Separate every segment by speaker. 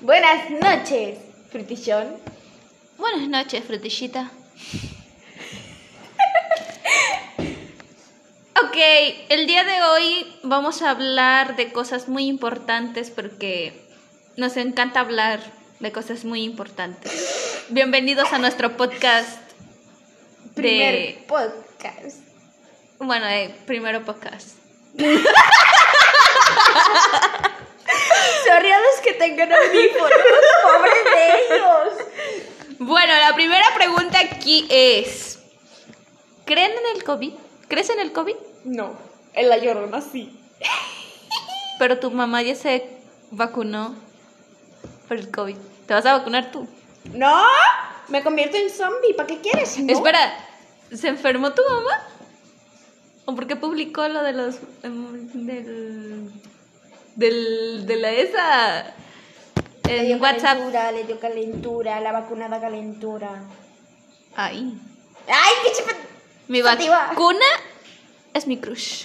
Speaker 1: Buenas noches, frutillón.
Speaker 2: Buenas noches, frutillita. Ok, el día de hoy vamos a hablar de cosas muy importantes porque nos encanta hablar de cosas muy importantes. Bienvenidos a nuestro podcast de...
Speaker 1: Primer podcast.
Speaker 2: Bueno, eh, primero podcast.
Speaker 1: Sorry a los que tengan audífonos, pobres de ellos.
Speaker 2: Bueno, la primera pregunta aquí es... ¿Creen en el COVID? ¿Crees en el COVID?
Speaker 1: No, en la llorona sí.
Speaker 2: Pero tu mamá ya se vacunó por el COVID. ¿Te vas a vacunar tú?
Speaker 1: No, me convierto en zombie, ¿para qué quieres? no?
Speaker 2: Espera, ¿se enfermó tu mamá? ¿O por qué publicó lo de los... em, del... del de la esa...
Speaker 1: Le
Speaker 2: en
Speaker 1: dio
Speaker 2: WhatsApp?
Speaker 1: calentura, le dio calentura, la vacunada calentura.
Speaker 2: Ay,
Speaker 1: ¡Ay, qué chapa-
Speaker 2: mi
Speaker 1: Sativa.
Speaker 2: vacuna es mi crush.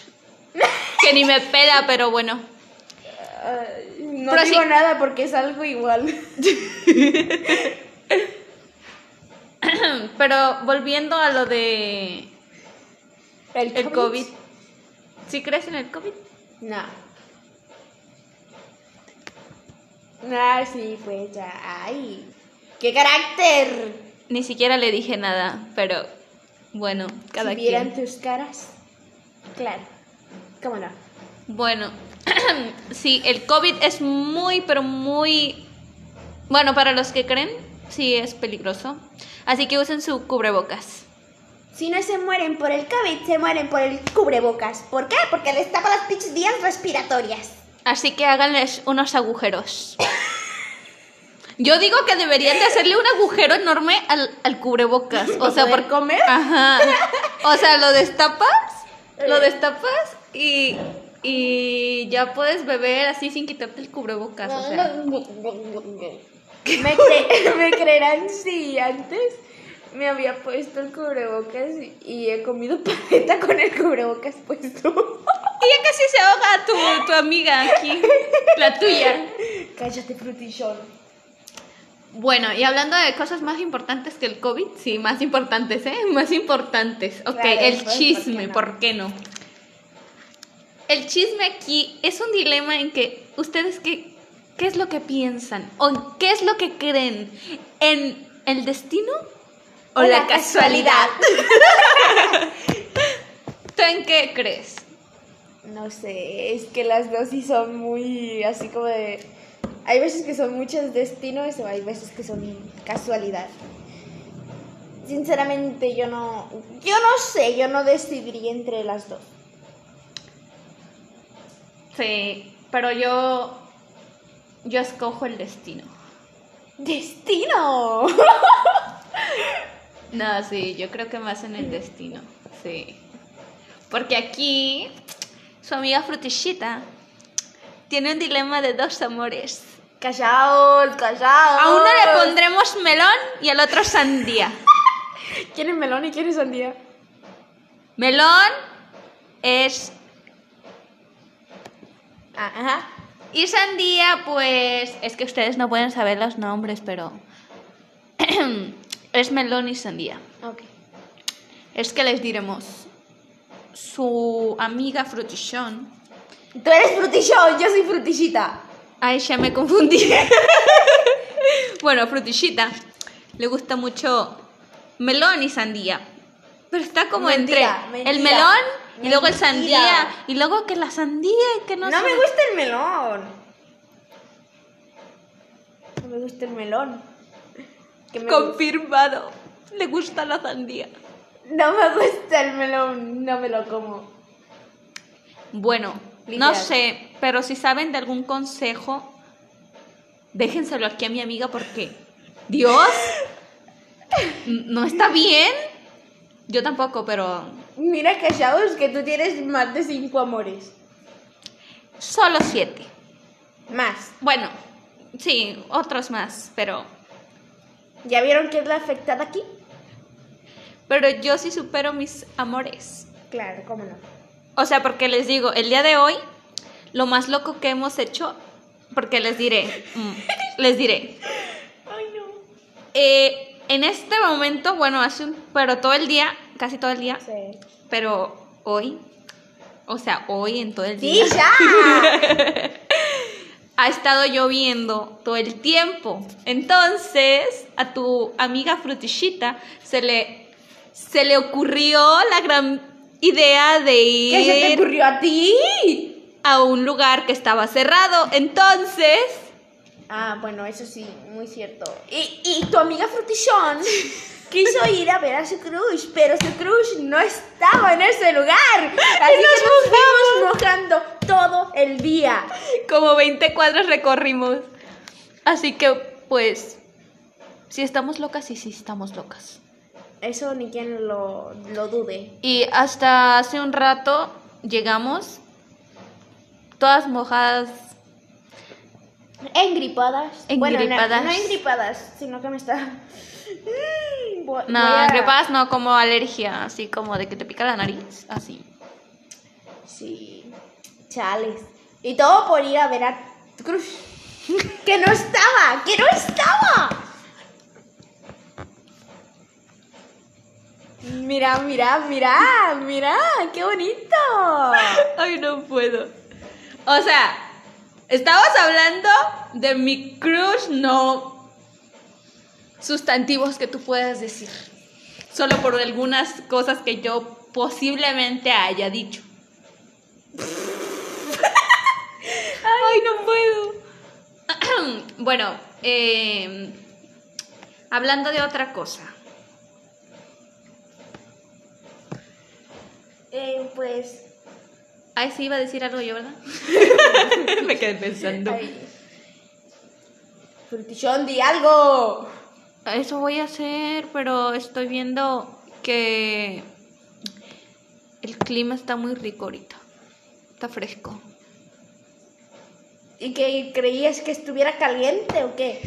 Speaker 2: Que ni me pela, pero bueno.
Speaker 1: Ay, no
Speaker 2: Pero
Speaker 1: digo
Speaker 2: sí.
Speaker 1: nada porque es algo igual.
Speaker 2: Pero volviendo a lo de... el COVID. ¿Sí crees en el COVID?
Speaker 1: No. Ah, sí, pues ya. ¡Ay! ¡Qué carácter!
Speaker 2: Ni siquiera le dije nada, pero bueno, cada
Speaker 1: si vieran
Speaker 2: quien.
Speaker 1: tus caras. Claro. ¿Cómo no?
Speaker 2: Bueno, sí, el COVID es muy, pero muy... Bueno, para los que creen, sí es peligroso. Así que usen su cubrebocas.
Speaker 1: Si no se mueren por el COVID, se mueren por el cubrebocas. ¿Por qué? Porque les tapa las pinches vías respiratorias.
Speaker 2: Así que háganles unos agujeros. Yo digo que deberían de hacerle un agujero enorme al, al cubrebocas. O
Speaker 1: ¿Para
Speaker 2: sea,
Speaker 1: poder
Speaker 2: por
Speaker 1: comer?
Speaker 2: Ajá. O sea, lo destapas, lo
Speaker 1: Eh.
Speaker 2: destapas y, y ya puedes beber así sin quitarte el cubrebocas. O sea.
Speaker 1: Me, cre- me creerán si antes me había puesto el cubrebocas y he comido paleta con el cubrebocas puesto.
Speaker 2: Y ya casi se ahoga tu, tu amiga aquí, la tuya.
Speaker 1: Cállate, frutillón.
Speaker 2: Bueno, y hablando de cosas más importantes que el COVID, sí, más importantes, ¿eh? Más importantes. Ok,
Speaker 1: Claro,
Speaker 2: el
Speaker 1: pues,
Speaker 2: chisme,
Speaker 1: ¿por
Speaker 2: ¿por qué, no? El chisme aquí es un dilema en que ustedes qué, qué es lo que piensan o en qué es lo que creen, en el destino o, la, casualidad. ¿Tú en qué crees?
Speaker 1: No sé, es que las dos sí son muy así como de... Hay veces que son muchos destinos o hay veces que son casualidad. Sinceramente yo no... Yo no sé, yo no decidiría entre las dos.
Speaker 2: Sí, pero yo yo escojo el destino.
Speaker 1: ¡Destino!
Speaker 2: No, sí, yo creo que más en el destino, sí. Porque aquí su amiga Frutillita tiene un dilema de dos amores.
Speaker 1: Callaos, callaos.
Speaker 2: A uno le pondremos melón y al otro sandía.
Speaker 1: ¿Quieres melón y quieres sandía?
Speaker 2: Melón es...
Speaker 1: Ah, Ajá.
Speaker 2: Y sandía, pues... Es que ustedes no pueden saber los nombres, pero... es melón y sandía.
Speaker 1: Ok.
Speaker 2: Es que les diremos... Su amiga Frutillón...
Speaker 1: Tú eres frutillón, yo soy frutillita.
Speaker 2: Ay, ya me confundí. bueno, frutillita. Le gusta mucho melón y sandía. Pero está como
Speaker 1: Mentira,
Speaker 2: entre
Speaker 1: mentira,
Speaker 2: el melón y luego el
Speaker 1: mentira.
Speaker 2: sandía. Y luego que la sandía y que no,
Speaker 1: No,
Speaker 2: sé-
Speaker 1: me gusta el melón. No me gusta el melón. Que me gu-
Speaker 2: Confirmado. Le gusta la sandía.
Speaker 1: No me gusta el melón, no me lo como.
Speaker 2: Bueno,
Speaker 1: Literal.
Speaker 2: no sé, pero si saben de algún consejo, déjenselo aquí a mi amiga porque Dios n- no está bien. Yo tampoco, pero
Speaker 1: Mira, callaos, que tú tienes más de cinco amores.
Speaker 2: solo siete.
Speaker 1: Más.
Speaker 2: Bueno, sí, otros más, pero
Speaker 1: ¿Ya vieron que es la afectada aquí?
Speaker 2: pero yo sí supero mis amores.
Speaker 1: Claro, cómo no.
Speaker 2: O sea, porque les digo, el día de hoy lo más loco que hemos hecho porque les diré, mm, les diré.
Speaker 1: Ay, no.
Speaker 2: Eh, en este momento, bueno, hace un, pero todo el día, casi todo el día,
Speaker 1: Sí.
Speaker 2: pero hoy, o sea, hoy en todo el
Speaker 1: Sí,
Speaker 2: día,
Speaker 1: ya.
Speaker 2: ha estado lloviendo todo el tiempo. Entonces, a tu amiga Frutillita se le, se le ocurrió la gran idea de ir
Speaker 1: ¿Qué se te ocurrió a ti?
Speaker 2: a un lugar que estaba cerrado. Entonces,
Speaker 1: Ah, bueno, eso sí, muy cierto. Y, y tu amiga Frutillón quiso ir a ver a su crush, pero su crush no estaba en ese lugar. Así que nos fuimos mojando todo el día.
Speaker 2: como 20 cuadras recorrimos. Así que, pues, si estamos locas y si estamos locas.
Speaker 1: Eso ni quien lo, lo dude.
Speaker 2: Y hasta hace un rato llegamos, todas mojadas.
Speaker 1: Engripadas. Bueno, no-
Speaker 2: Engripadas.
Speaker 1: no, engripadas, sino que me está... Mm, voy- voy
Speaker 2: No,
Speaker 1: a-
Speaker 2: engripadas no, como alergia, así como de que te pica la nariz, así.
Speaker 1: Sí. Chales. Y todo por ir a ver a tu crush. que no estaba, que no estaba. Mira, mira, mira, mira, qué bonito.
Speaker 2: Ay, no puedo. O sea, estamos hablando de mi crush, no sustantivos que tú puedas decir. Solo por algunas cosas que yo posiblemente haya dicho. Ay, no puedo. bueno, eh, hablando de otra cosa.
Speaker 1: Eh, pues.
Speaker 2: Ay, sí, iba a decir algo yo, ¿verdad? Me quedé pensando.
Speaker 1: ay. Frutillón, di algo.
Speaker 2: Eso voy a hacer, pero estoy viendo que el clima está muy rico ahorita. Está fresco.
Speaker 1: ¿Y que creías que estuviera caliente o qué?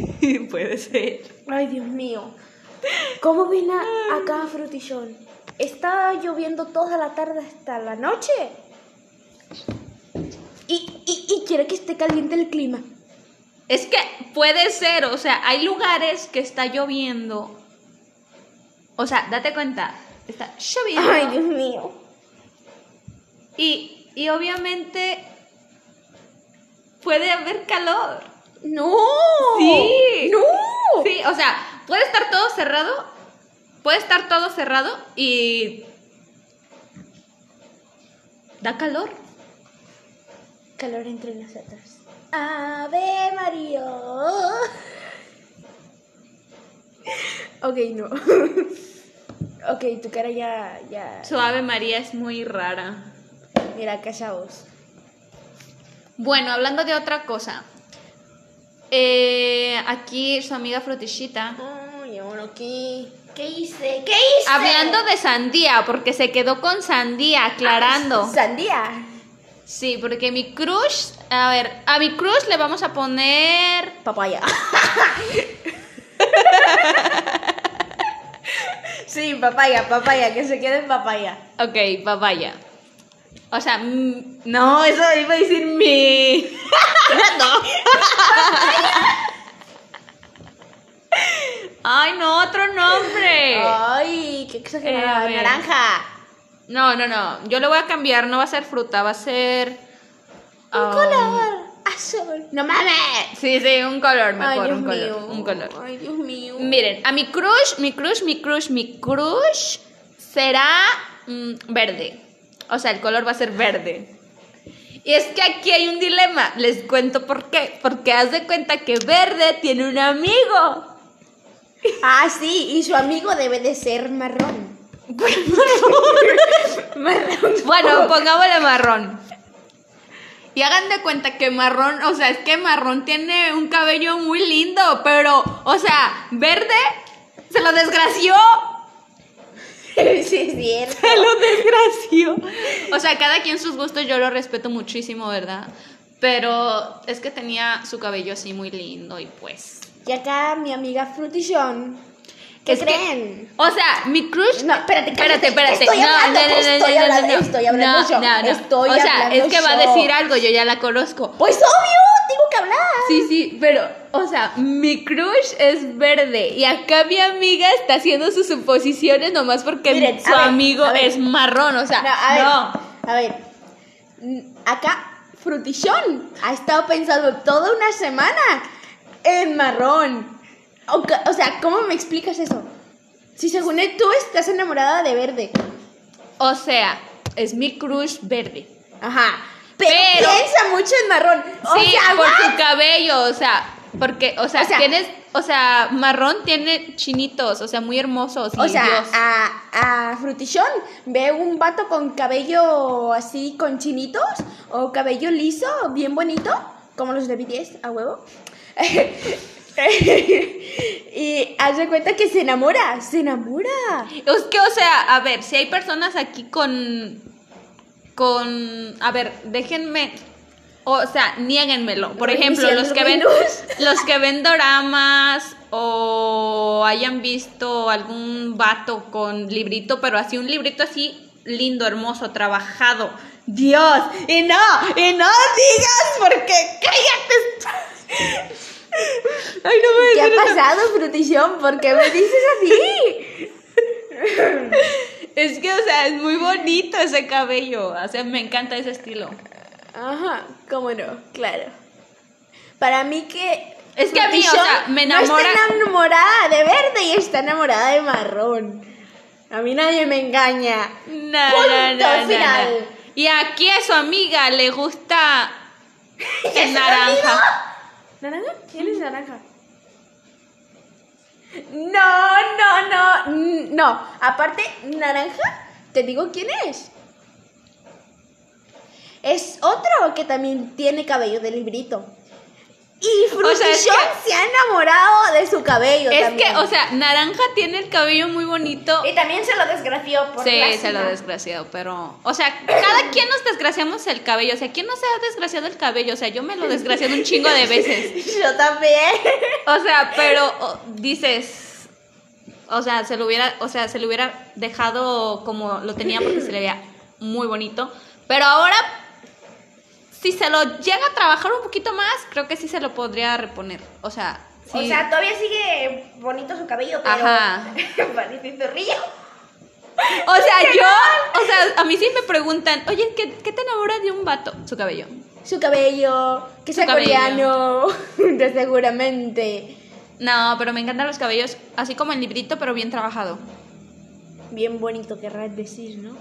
Speaker 2: Puede ser.
Speaker 1: Ay, Dios mío. ¿Cómo vino acá Frutillón? Estaba lloviendo toda la tarde hasta la noche. Y, y, y quiere que esté caliente el clima.
Speaker 2: Es que puede ser, o sea, hay lugares que está lloviendo. O sea, date cuenta, está lloviendo.
Speaker 1: Ay, Dios mío.
Speaker 2: Y, y obviamente puede haber calor.
Speaker 1: No.
Speaker 2: Sí.
Speaker 1: No.
Speaker 2: Sí, o sea, puede estar todo cerrado. Puede estar todo cerrado y. Da calor.
Speaker 1: Calor entre nosotros. Ave María. ok, no. ok, tu cara ya... ya...
Speaker 2: Suave María es muy rara.
Speaker 1: Mira, callaos.
Speaker 2: Bueno, hablando de otra cosa. Eh, aquí su amiga Frutillita.
Speaker 1: Ay, ahora qué. ¿Qué hice? ¿Qué hice?
Speaker 2: Hablando de sandía, porque se quedó con sandía, aclarando.
Speaker 1: Ah, Sandía.
Speaker 2: Sí, porque mi crush. A ver, a mi crush le vamos a poner.
Speaker 1: Papaya. sí, papaya, papaya, que se quede en papaya.
Speaker 2: Ok, papaya. O sea, mm, no, eso iba a decir mi. no. Ay, no, otro nombre.
Speaker 1: Ay, qué exagerada.
Speaker 2: Eh, a ver.
Speaker 1: Naranja.
Speaker 2: No, no, no. Yo lo voy a cambiar. No va a ser fruta, va a ser.
Speaker 1: Un
Speaker 2: um,
Speaker 1: color. Azul. No mames.
Speaker 2: Sí, sí, un color mejor.
Speaker 1: Ay, Dios
Speaker 2: un color.
Speaker 1: mío.
Speaker 2: Un color.
Speaker 1: Ay, Dios mío.
Speaker 2: Miren, a mi crush, mi crush, mi crush, mi crush será mm, verde. O sea, el color va a ser verde. Y es que aquí hay un dilema. Les cuento por qué. Porque haz de cuenta que verde tiene un amigo.
Speaker 1: Ah, sí, y su amigo debe de ser marrón. marrón.
Speaker 2: Bueno, pongámosle marrón. Y hagan de cuenta que marrón, o sea, es que marrón tiene un cabello muy lindo, pero, o sea, verde se lo desgració.
Speaker 1: sí, es cierto.
Speaker 2: Se lo desgració. O sea, cada quien sus gustos, yo lo respeto muchísimo, ¿verdad? Pero es que tenía su cabello así muy lindo y pues.
Speaker 1: Y acá mi amiga Frutillón. ¿Qué
Speaker 2: Es que-
Speaker 1: creen?
Speaker 2: O sea, mi crush.
Speaker 1: No, espérate, cállate.
Speaker 2: espérate, espérate.
Speaker 1: Estoy
Speaker 2: no,
Speaker 1: hablando,
Speaker 2: no, no, no,
Speaker 1: estoy
Speaker 2: no, no,
Speaker 1: hablando,
Speaker 2: no.
Speaker 1: estoy hablando
Speaker 2: No,
Speaker 1: yo,
Speaker 2: no, no.
Speaker 1: estoy
Speaker 2: O sea,
Speaker 1: hablando
Speaker 2: es que va a
Speaker 1: yo.
Speaker 2: decir algo, yo ya la conozco.
Speaker 1: Pues obvio, tengo que hablar.
Speaker 2: Sí, sí, pero o sea, mi crush es verde y acá mi amiga está haciendo sus suposiciones nomás porque
Speaker 1: Miren,
Speaker 2: su
Speaker 1: a ver,
Speaker 2: amigo
Speaker 1: a ver.
Speaker 2: es marrón, o sea,
Speaker 1: No,
Speaker 2: no.
Speaker 1: a ver, a ver. Mm, Acá, Frutichón ha estado pensando toda una semana en marrón. O, ca- o sea, ¿cómo me explicas eso? Si según él tú estás enamorada de verde.
Speaker 2: O sea, es mi crush verde.
Speaker 1: Ajá. Pero,
Speaker 2: Pero-
Speaker 1: piensa mucho en marrón. O
Speaker 2: sí,
Speaker 1: sea,
Speaker 2: por
Speaker 1: ¿what?
Speaker 2: su cabello, o sea, porque, o sea,
Speaker 1: O sea-
Speaker 2: tienes, o sea, marrón tiene chinitos, o sea, muy hermosos.
Speaker 1: O
Speaker 2: y
Speaker 1: sea,
Speaker 2: Dios.
Speaker 1: a, a Frutichón ve un vato con cabello así, con chinitos, o cabello liso, bien bonito, como los de BTS, a huevo. y hace cuenta que se enamora, se enamora.
Speaker 2: Es que, o sea, a ver, si hay personas aquí con. Con. A ver, déjenme. O sea, niéguenmelo. Por
Speaker 1: Voy
Speaker 2: ejemplo,
Speaker 1: diciendo
Speaker 2: los que ven.
Speaker 1: menos.
Speaker 2: Los que ven doramas. O hayan visto algún vato con librito, pero así, un librito así lindo, hermoso, trabajado. Dios, y no, y no digas porque cállate. Ay, no voy a
Speaker 1: ¿Qué
Speaker 2: decir
Speaker 1: ha
Speaker 2: eso.
Speaker 1: pasado, Frutichón? ¿Por qué me dices así?
Speaker 2: Es que, o sea, es muy bonito ese cabello. O sea, me encanta ese estilo.
Speaker 1: Ajá, cómo no, claro. Para mí que...
Speaker 2: Es que a mí, o
Speaker 1: Frutichón
Speaker 2: sea, me
Speaker 1: No
Speaker 2: enamora-
Speaker 1: está enamorada de verde y está enamorada de marrón. A mí nadie me engaña.
Speaker 2: No,
Speaker 1: Punto
Speaker 2: no, no, no,
Speaker 1: final.
Speaker 2: no. Y aquí a su amiga le gusta el naranja.
Speaker 1: ¿Naranja? ¿Quién es naranja? No, no, no, n- no. Aparte, naranja, te digo quién es. Es otro que también tiene cabello de librito. Y Frutichón
Speaker 2: O sea, es
Speaker 1: se ha enamorado de su cabello
Speaker 2: Es
Speaker 1: también.
Speaker 2: que, o sea, naranja tiene el cabello muy bonito.
Speaker 1: Y también se lo desgració por
Speaker 2: Sí,
Speaker 1: lástima.
Speaker 2: se lo ha desgraciado, pero. O sea, cada quien nos desgraciamos el cabello. O sea, ¿quién no se ha desgraciado el cabello? O sea, yo me lo he desgraciado un chingo de veces.
Speaker 1: Yo también.
Speaker 2: O sea, pero o- dices, o sea, se lo hubiera, o sea, se lo hubiera dejado como lo tenía porque se le veía muy bonito, pero ahora si se lo llega a trabajar un poquito más, creo que sí se lo podría reponer. O sea, sí.
Speaker 1: O sea, todavía sigue bonito su cabello, pero
Speaker 2: Ajá.
Speaker 1: parece zorrillo.
Speaker 2: O sea, yo, o sea, a mí sí me preguntan, "Oye, ¿qué, qué te enamora de un vato?" Su cabello.
Speaker 1: Su cabello, que
Speaker 2: Su
Speaker 1: sea
Speaker 2: cabello.
Speaker 1: coreano, de seguramente.
Speaker 2: No, pero me encantan los cabellos así como el librito, pero bien trabajado.
Speaker 1: Bien bonito querrás decir, ¿no?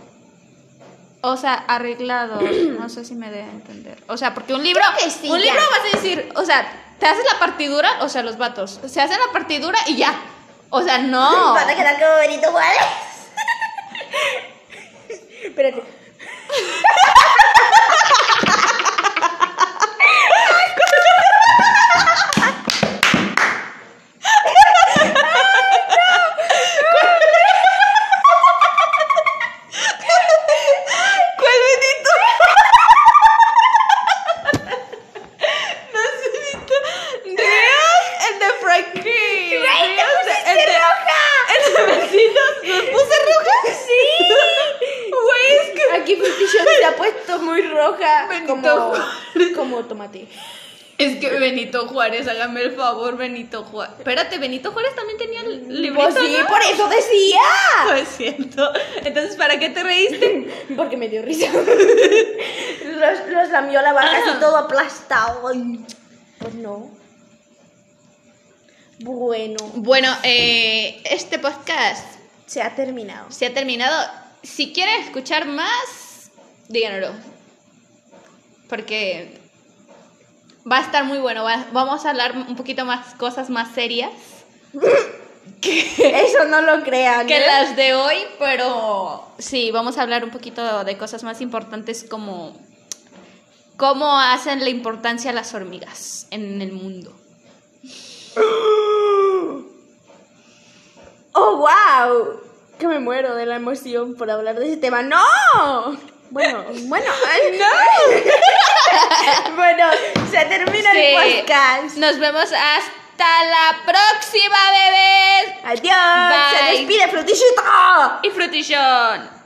Speaker 2: O sea, arreglado. No sé si me dé a entender. O sea, porque un libro.
Speaker 1: Creo que sí,
Speaker 2: un
Speaker 1: ya.
Speaker 2: libro vas a decir. O sea, te haces la partidura. O sea, los vatos. Se hacen la partidura y ya. O sea, no.
Speaker 1: Para quedar como bonito, ¿vale? Espérate.
Speaker 2: ¿Cuál Benito? no sé, Benito. Ríos, el de Frankie.
Speaker 1: ¡Güey, te
Speaker 2: Ríos,
Speaker 1: pusiste
Speaker 2: el de-
Speaker 1: roja!
Speaker 2: El de vecinos. ¿Nos puse roja? este. Sí. Güey, es que.
Speaker 1: Aquí Fifty Shot se ha puesto muy roja.
Speaker 2: Benito
Speaker 1: Como,
Speaker 2: Juárez.
Speaker 1: como tomate.
Speaker 2: Es que Benito Juárez, hágame el favor, Benito Juárez. Espérate, Benito Juárez también tenía el librito,
Speaker 1: Pues sí,
Speaker 2: ¿no?
Speaker 1: por eso decía.
Speaker 2: No es cierto. Entonces, ¿para qué te reíste?
Speaker 1: Porque me dio risa. los, los lamió la vaca
Speaker 2: Ah.
Speaker 1: así todo aplastado. Ay, Pues no. Bueno,
Speaker 2: Bueno, eh, este podcast
Speaker 1: se ha terminado.
Speaker 2: se ha terminado. Si quieren escuchar más, díganlo. Porque va a estar muy bueno. va- vamos a hablar un poquito más cosas más serias
Speaker 1: Eso no lo crean.
Speaker 2: que
Speaker 1: ¿eh?
Speaker 2: las de hoy, pero sí, vamos a hablar un poquito de cosas más importantes como cómo hacen la importancia a las hormigas en el mundo.
Speaker 1: ¡Oh, wow! Que me muero de la emoción por hablar de ese tema. ¡No! Bueno, bueno. ay, bueno, se termina
Speaker 2: Sí.
Speaker 1: el podcast.
Speaker 2: Nos vemos hasta la próxima, bebés.
Speaker 1: Adiós. Se
Speaker 2: Bye.
Speaker 1: despide Frutillita.
Speaker 2: Y frutillón.